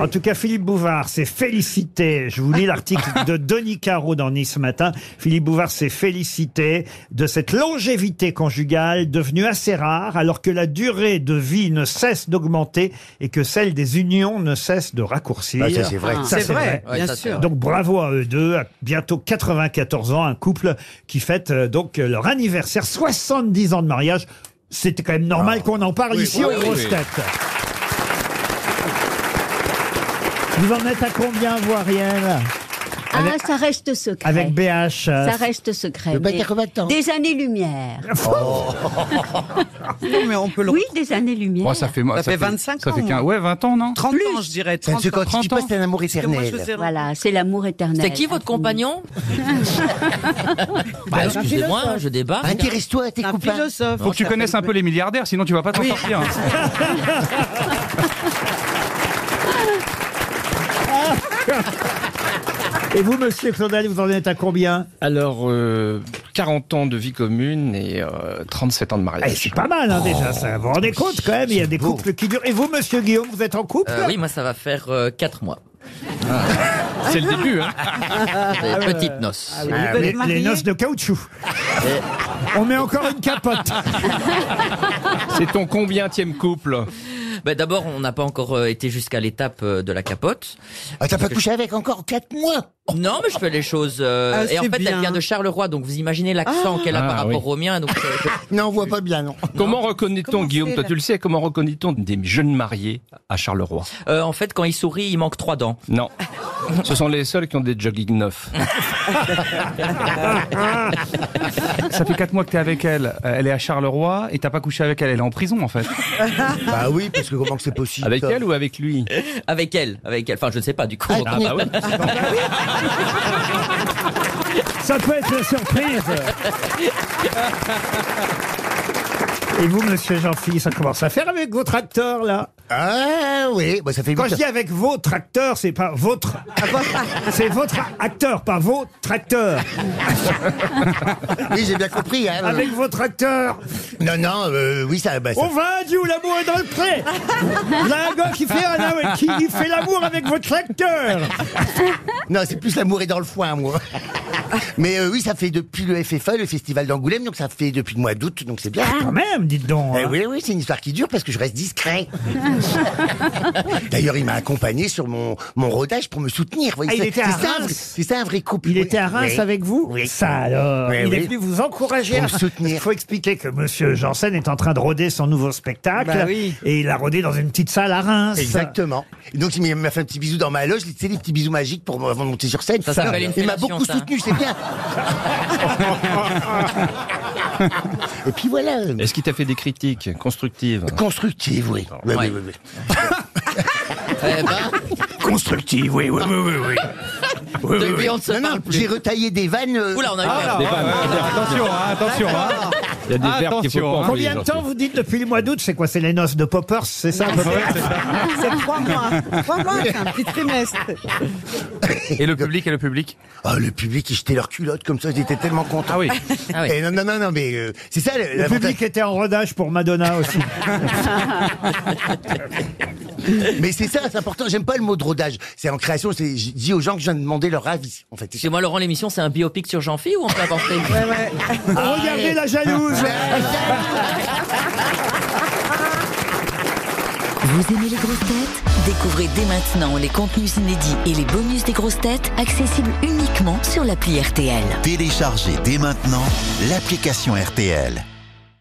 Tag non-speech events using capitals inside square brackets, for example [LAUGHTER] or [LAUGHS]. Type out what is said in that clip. En tout cas, Philippe Bouvard s'est félicité. Je vous lis [LAUGHS] l'article de Denis Caro dans Nice ce matin. Philippe Bouvard s'est félicité de cette longévité conjugale devenue assez rare alors que la durée de vie ne cesse d'augmenter et que celle des unions ne cesse de raccourcir. Bah, ça, c'est vrai. Ça, C'est vrai, Ouais, bien ça, c'est sûr. vrai. donc bravo à eux deux, à bientôt 94 ans, un couple qui fête euh, donc euh, leur anniversaire, 70 ans de mariage. C'était quand même normal qu'on en parle Ah. Oui, ici oui, aux oui, grosses oui. têtes. Vous en êtes à combien, vous, Ariel Ah, ça reste secret. Avec BH euh, Ça reste secret. Le mais bac à combattant. Des années-lumière. Non, mais on peut le. Oui, des années-lumière. Moi, ça fait, Ça fait 25 ça fait ans, quin- moi. Ouais, 20 ans, non 30 Plus. ans, je dirais. C'est 30 ans. quand tu 30 ans. passes, c'est un amour Parce que moi, je éternel. faisais- Voilà, c'est l'amour éternel. C'était qui votre [LAUGHS] compagnon Bah, excusez-moi, je débat. Ah, Intéresse-toi à tes C'est un copains. philosophe. Faut que tu Ça connaisses fait- un peu les milliardaires, sinon tu vas pas t'en sortir. hein. Et vous, monsieur Claudel, vous en êtes à combien [LAUGHS] Alors, euh, 40 ans de vie commune et euh, 37 ans de Eh, mariage. C'est pas mal, hein, déjà, ça. Vous vous rendez Oh, compte, quand même, il y a des beau. couples qui durent. Et vous, monsieur Guillaume, vous êtes en Ah, couple Euh, oui, moi, ça va faire 4 mois. C'est le début, hein Des euh, petites noces. Vous Ah, êtes les, mariés les noces de caoutchouc. On met encore une capote. [LAUGHS] C'est ton combientième couple Bah, D'abord, on n'a pas encore euh, été jusqu'à l'étape euh, de la capote. Ah, t'as pas couché avec encore 4 mois Non, mais je fais les choses. euh, Ah, et en c'est fait, elle bien. vient de Charleroi, donc vous imaginez l'accent qu'elle a Ah, par rapport oui. au mien. Donc, euh, je- Non, on voit pas bien, non. Comment reconnaît-on, Comment Guillaume, c'est, toi là tu le sais, comment reconnaît-on des jeunes mariés à Charleroi euh, en fait, quand il sourit, il manque trois dents. Non. Ce sont les seuls qui ont des jogging neufs. [LAUGHS] Ça fait 4 mois que t'es avec elle. Euh, Elle est à Charleroi et t'as pas couché avec elle. Elle est en prison, en fait. Bah oui, parce que comment que c'est possible Avec ça elle ou avec lui Avec elle, avec elle. Enfin, je ne sais pas du coup. Ah bah oui. Ça peut être la surprise. Et vous, monsieur Jean-Philippe, ça commence à faire avec votre acteur, là. Ah oui, bah, ça fait Quand je huit dis ans. avec votre acteur, c'est pas votre. C'est votre acteur, pas votre acteur. Oui, j'ai bien compris. Hein. Avec Oh. votre acteur. Non, non, euh, oui, ça... Bah, ça- On va à Dieu, l'amour est dans le pré. Là, un gars qui fait, un- qui fait l'amour avec votre acteur. Non, c'est plus l'amour est dans le foin, moi. Mais euh, oui, ça fait depuis le FFA, le Festival d'Angoulême, donc ça fait depuis le mois d'août, donc c'est bien. Quand même, dites donc. Eh hein. oui, oui, c'est une histoire qui dure parce que je [LAUGHS] reste discret. D'ailleurs, il m'a accompagné sur mon, mon rodage pour me soutenir. Vous voyez, Ah, il c'est- était à c'est ça, un Reims. vrai- C'est ça un vrai couple. Il Oui. était à Reims Oui. avec vous Oui. Ça alors Oui, Il est oui. venu vous encourager Pour à me soutenir. Il faut expliquer que Monsieur Janssen est en train de roder son nouveau spectacle. Bah oui. Et il a rodé dans une petite salle à Reims. Exactement. Et donc, il m'a fait un petit bisou dans ma loge, tu sais, les petits bisous magiques pour, avant de monter sur scène. Ça s'appelle une il m'a fellation, beaucoup ça. soutenu, c'est [LAUGHS] bien. Et puis voilà. Est-ce qu'il t'a fait des critiques constructives Constructive, oui. Oui, Ouais. oui, oui, oui. [LAUGHS] Eh ben, Constructive, oui, oui, oui, oui, [LAUGHS] oui. Oui, oui, Depuis, oui. on ne se non, non, parle plus. j'ai retaillé des vannes. euh, oula, on a eu peur. Des vannes. Ah, attention, hein, attention. hein. Il y a des verbes qu'il faut Attention, pas hein. employer, Combien de surtout. temps vous dites depuis le mois d'août C'est quoi C'est les noces de Poppers C'est ça à peu près C'est trois mois. Trois mois, c'est un petit trimestre. Et le public, et le public. Ah, le public, ils jetaient leurs culottes comme ça, ils étaient tellement contents. Ah [LAUGHS] oui. Ah oui. Eh, non, non, non, non, mais euh, c'est ça le- Le l'avantage. public était en rodage pour Madonna aussi. Mais c'est ça, c'est important. J'aime pas le mot de rodage. C'est en création, c'est je dis aux gens que je viens de demander leur avis, en fait. C'est ça. Excusez-moi, Laurent, l'émission, c'est un biopic sur Jean-Phi ou on peut avancer Ouais, ouais. Oh, regardez la jalouse Vous aimez les grosses têtes Découvrez dès maintenant les contenus inédits et les bonus des grosses têtes accessibles uniquement sur l'appli RTL. Téléchargez dès maintenant l'application RTL.